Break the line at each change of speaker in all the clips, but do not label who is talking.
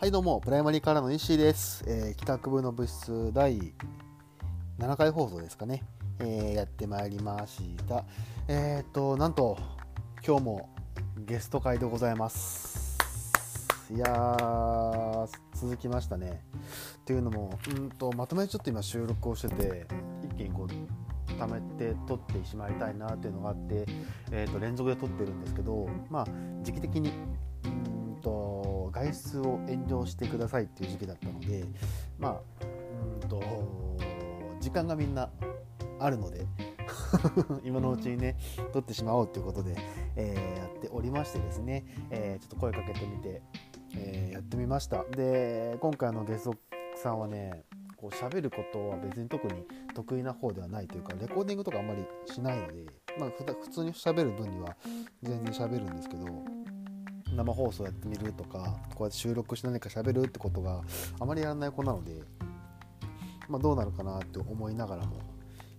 はいどうもプライマリーからの石井です、えー企画部の部室第7回放送ですかね、えーやってまいりましたえっ、となんと今日もゲスト会でございますいやー続きましたねっていうのもうんとまとめてちょっと今収録をしてて一気にこう貯めて撮ってしまいたいなっていうのがあって、えー、と連続で撮ってるんですけどまあ時期的にうーんと外出を遠慮してくださいっていう時期だったのでまあうーんと時間がみんなあるので 今のうちにね撮ってしまおうということで、えーやっておりましてですね、えーちょっと声かけてみて、えーやってみましたで今回のゲストさんはねこう喋ることは別に特に得意な方ではないというかレコーディングとかあんまりしないので、まあ、ふた普通に喋る分には全然喋るんですけど生放送やってみるとかこうやって収録して何か喋るってことがあまりやらない子なので、まあ、どうなるかなって思いながらも、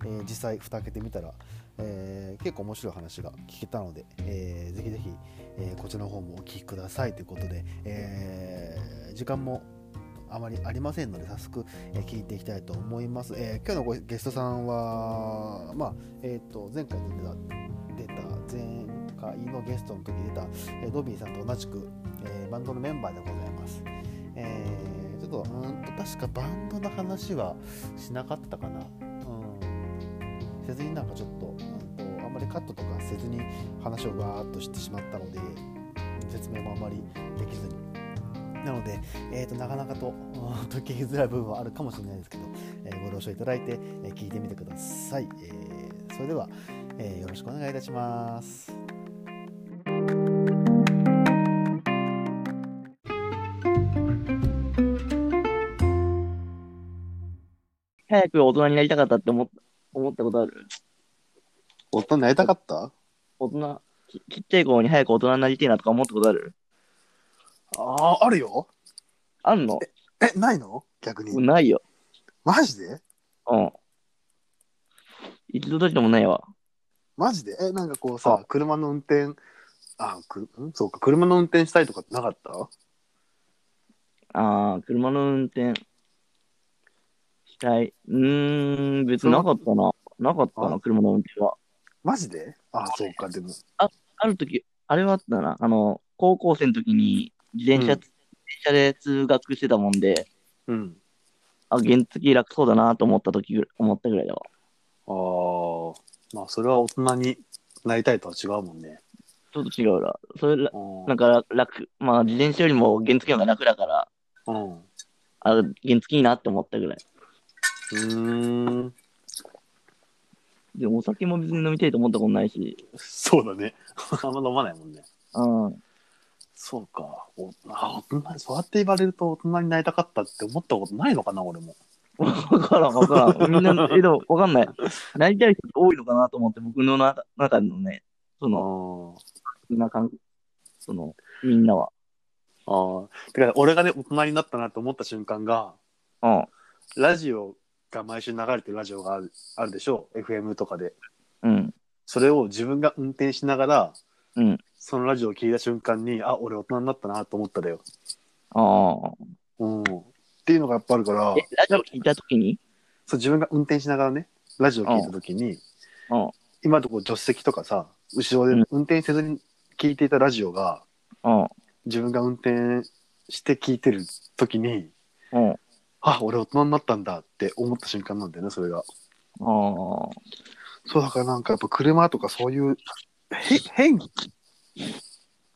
えー実際蓋開けてみたら、えー結構面白い話が聞けたので、えーぜひぜひ、えーこちらの方もお聞きくださいということで、えー時間もあまりありませんので早速、えー聞いていきたいと思います、えー今日のごゲストさんは、まあえー、と前回出た出た前回のゲストの時に出た、えードビーさんと同じく、えーバンドのメンバーでございます。えーちょっとうーんと確かバンドの話はしなかったかな。うん、せずになんかちょっと,、うん、とあんまりカットとかせずに話をわーっとしてしまったので説明もあまりできずに。なので、えー、となかなかとうんと聞きづらい部分はあるかもしれないですけど、えーご了承いただいて、えー聞いてみてください。えーそれではえーよろしくお願いいたします。
早く大人になりたかったって思っ思ったことある
大人になりたかった
大人、き切っていこうに早く大人になりてえなとか思ったことある
ああ、あるよ。
あんの
え、ないの逆に。
ないよ。
マジで
うん。一度たりともないわ。
マジでえ、なんかこう
あ
さ、車の運転、あ、くんそうか、車の運転したいとかってなかった
あー、車の運転したい。うーん、別になかったな。なかった
あ
な、車の運転は。
マジであ、そうか、でも。
ある時、あれはあったな。あの、高校生の時に自転車、
うん
自転車で通学してたもんで、
うん。
あ、原付楽そうだなと思った時ぐらい、思ったぐらいだわ。
ああ、まあ、それは大人になりたいとは違うもんね。
ちょっと違うな。それら
うん。
なんか楽、まあ自転車よりも原付の方が楽だから、
うん、う
あ原付いいなって思ったぐらい。
ーん。
でもお酒も別に飲みたいと思ったことないし、
そうだね。 あんま飲まないもんね。
うん。
そうか。おあ大人そうやって言われると大人になりたかったって思ったことないのかな、俺も。
わからんわからん。みんな、 え、でもわかんない。泣いたい人多いのかなと思って、僕のな中のね、その、
あ
な感その、みんなは。
あー。てか、俺がね、大人になったなって思った瞬間が、
うん。
ラジオが毎週流れてるラジオがあるあるでしょ ?FM とかで。
うん。
それを自分が運転しながら、
うん
そのラジオを聞いた瞬間に、あ、俺大人になったなと思っただよ。
ああ。
うん。っていうのがやっぱあるから
え、、ラジオ聞いたときに
そう自分が運転しながらね、ラジオ聞いた時に、
うん。
今のとこ助手席とかさ、後ろで運転せずに聞いていたラジオが、
うん。
自分が運転して聞いてる時に
うん。
あ
あ
俺大人になったんだって思った瞬間なんだよねそれが
あ。
そうだからなんかやっぱ車とかそういうへ変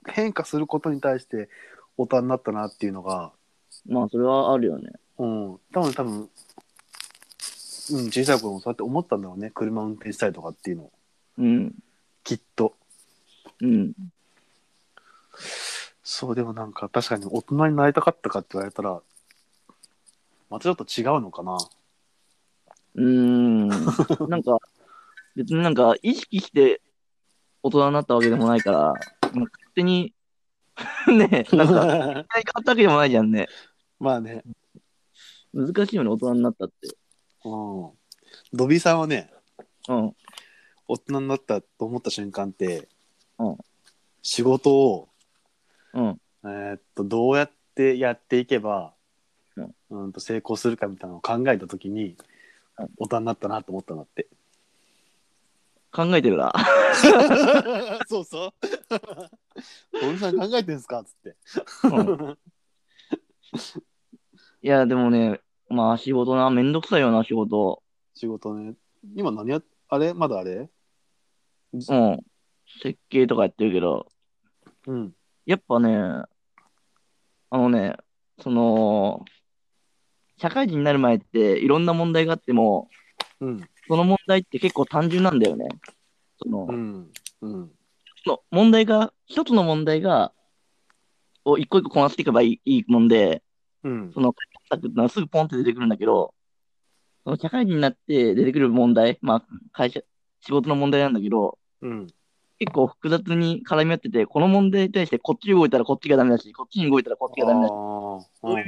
変化することに対して大人になったなっていうのが
まあ、それはあるよね。
うん多分多分、うん、小さい頃もそうやって思ったんだろうね車運転したりとかっていうのを
うん。
きっと
うん。
そうでもなんか確かに大人になりたかったかって言われたらまたちょっと違うのかな
うーんなんか、別になんか意識して大人になったわけでもないから、なんか勝手に ねえ、なんか、
か
変わったわけでもないじゃんね。
まあね
難しいよね、大人になったって。
うんドビーさんはね
うん。
大人になったと思った瞬間って、
うん
仕事を、
うん。
えーっとどうやっ
ってやっていけば、
う
うん、と成功するかみたいなのを考えた時に
うん
大人になったなと思ったんだって。
考えてるな。
そう そう。おじさん考えてんすかっつって。
うんいや、でもね、まあ仕事な、めんどくさいよな、仕事。
仕事ね。今何やあれまだあれ
うん。設計とかやってるけど、
うん。
やっぱね、あのね、その、社会人になる前っていろんな問題があっても、
うん。
その問題って結構単純なんだよね。その、
うん。うん。
その問題が、一つの問題が、を一個一個こなしていけばいいいいもんで、
うん
そ。の、解決策っていうのはすぐポンって出てくるんだけど、その社会人になって出てくる問題、まあ、会社、仕事の問題なんだけど、
うん。
結構複雑に絡み合ってて、この問題に対してこっち動いたらこっちがダメだし、こっちに動いたらこっちがダメだし、
あー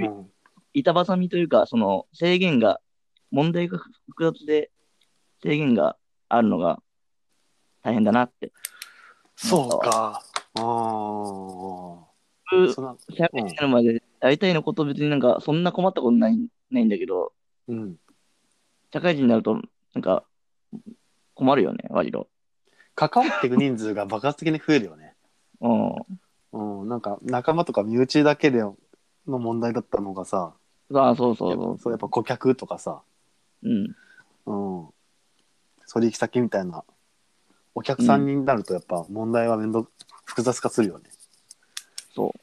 うん
板挟みというか、その制限が、問題が複雑で制限があるのが大変だなって。
そうか。ああ。
僕
そんな
社会人になるまで大体のこと別になんかそんな困ったことないないんだけど、
うん。
社会人になるとなんか困るよね、割と。
関わっていく人数が爆発的に増えるよね。
うん。
うん。なんか仲間とか身内だけでの問題だったのがさ、
あそうそう
やっ
そ
ぱ
う。
そうやっぱ顧客とかさ、
うん。
うん。取引先みたいなお客さんになるとやっぱ問題は面倒複雑化するよね。
そ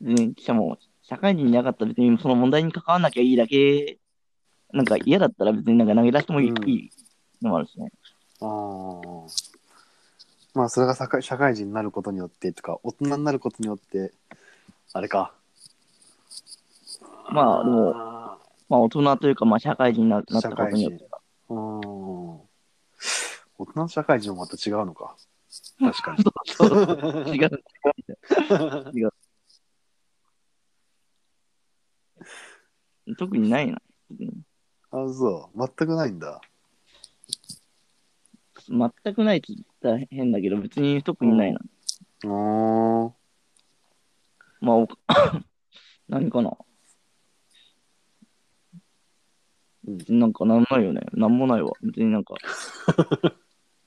う。ね、しかも、社会人じゃなかったら別にその問題に関わんなきゃいいだけ、なんか嫌だったら別になんか投げ出してもいい,、
うん
いいのもあるしね。
あーまあそれが社会社会人になることによってとか大人になることによってあれか
まあでも
あ
まあ大人というか、まあ社会人にななったことによって。
ーうん大人の社会人もまた違うのか確かに
違う。 特にないな。
あそう全くないんだ
全くないって言ったら変だけど、別に特にないな。
うーん
まあ、お 何かな。
うん
別になんかなんないよね。なんもないわ。別になん か。ま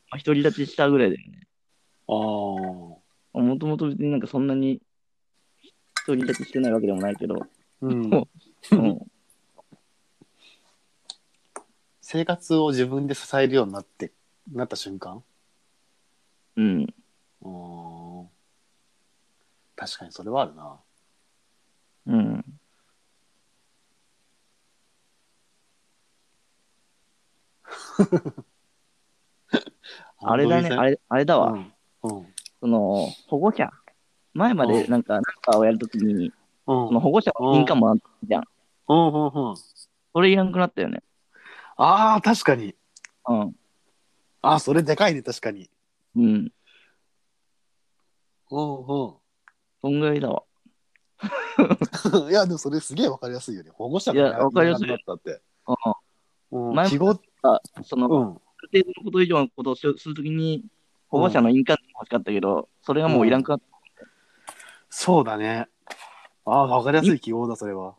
あ独り立ちしたぐらいだよね。
あー
もともと別になんかそんなに独り立ちしてないわけでもないけど。
うん
うん。
生活を自分で支えるようになってなった瞬間
うん。
うーん確かにそれはあるな
うん。あれだね。あ
れ
れ、あれだわ。
うんうん
その、保護者。前まで
うん
なんか、なんかをやるときに、
うん
その保護者の印鑑もらったじゃん。
うんうんうん。
それいらんくなったよね。
ああ、確かに。
うん。
ああ、それでかいね、確かに。
うん。
うん
そんぐらいだわ。
うん。いや、でもそれすげえわかりやすいよね。保護者
いやわかりやすい
だったって。
うん。
うん
前も
記号、
その、あ
うん。
る程度のこと以上のことをしするときに、保護者の印鑑も欲しかったけど、それがもういらんくなった。
そうだね。ああ、わかりやすい記号だ、それは。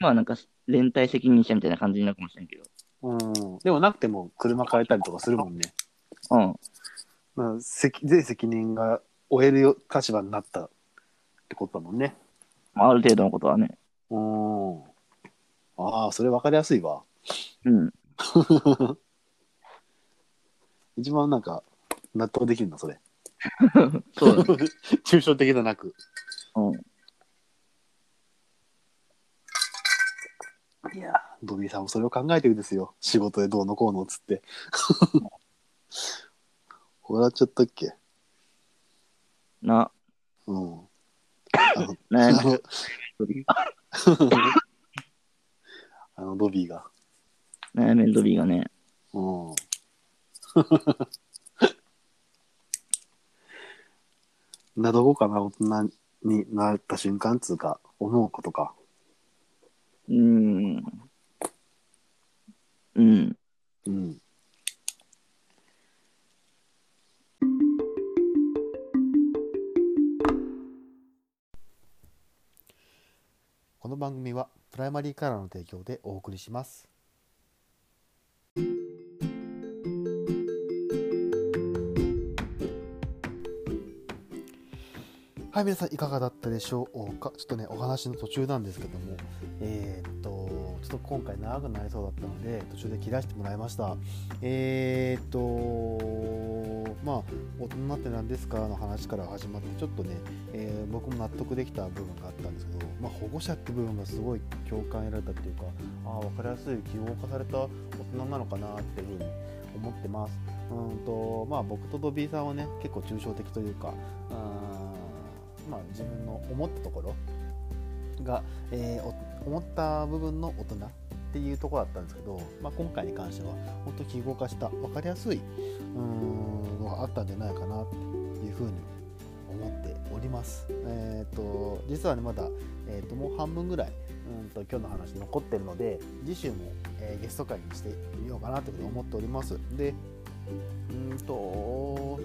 今はなんか、連帯責任者みたいな感じになるかもしれんけど。
うん。でもなくても車変えたりとかするもんね。
うん。
まあ、責全責任が負えるよ立場になったってことだもんね。
まあある程度のことはね。
うん。ああ、それわかりやすいわ。
うん。
一番なんか、納得できるな、それ。
そうだね。
抽象的じゃなく。いやー、ドビーさんもそれを考えてるんですよ。仕事でどうのこうのっつって。笑っちゃったっけ
な、
うん。
な
あ
んか
のあのドビーが。
悩めるドビーがね。
うん。 などこかな、大人になった瞬間っつうか、思うことか。
うーん。うん。
うん。
の番組はプライマリーカラーの提供でお送りします。はい、皆さんいかがだったでしょうか。ちょっとね、お話の途中なんですけども、えーっと、ちょっと今回長くなりそうだったので、途中で切らしてもらいました。えーっと、まあ、大人になってなんですかの話から始まって、ちょっとね、えー僕も納得できた部分があったんですけど、まあ、保護者って部分がすごい共感得られたっていうかああ分かりやすい記号化された大人なのかなっていうふうに思ってますうーんとまあ僕とドビーさんはね結構抽象的というかうーんまあ自分の思ったところが、えーお思った部分の大人っていうところだったんですけど、まあ、今回に関しては本当記号化した分かりやすいうーんのがあったんじゃないかなっていうふうに思っております。えっ、と実はねまだえっ、ともう半分ぐらいうんと今日の話残ってるので次週も、えーゲスト会にしてみようかなというふうに思っております。でうんと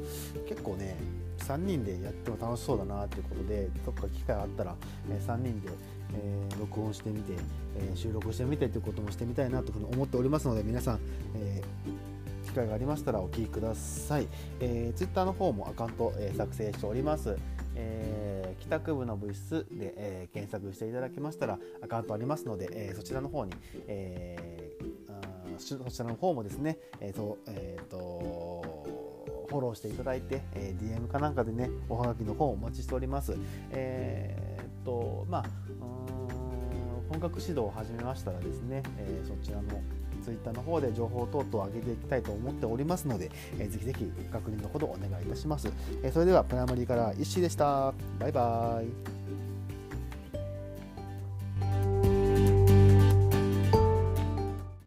結構ね3人でやっても楽しそうだなということでどっか機会があったら、え3人で、えー録音してみて、えー収録してみてということもしてみたいなというふうに思っておりますので皆さん、えー機会がありましたらお聞きください。えー、ツイッターの方もアカウント、えー作成しております。えー、帰宅部の部室で、えー検索していただきましたらアカウントありますので、えーそちらの方に、えーあーそそちらの方もですね、えーとえーとフォローしていただいて、えー DM かなんかでねおはがきの方をお待ちしております。えー、とまあうーん本格指導を始めましたらですね、えーそちらのツイッターの方で情報等々を上げていきたいと思っておりますので、えーぜひぜひご確認のほどお願いいたします。えーそれではプライマリーから石井でした。バイバイ。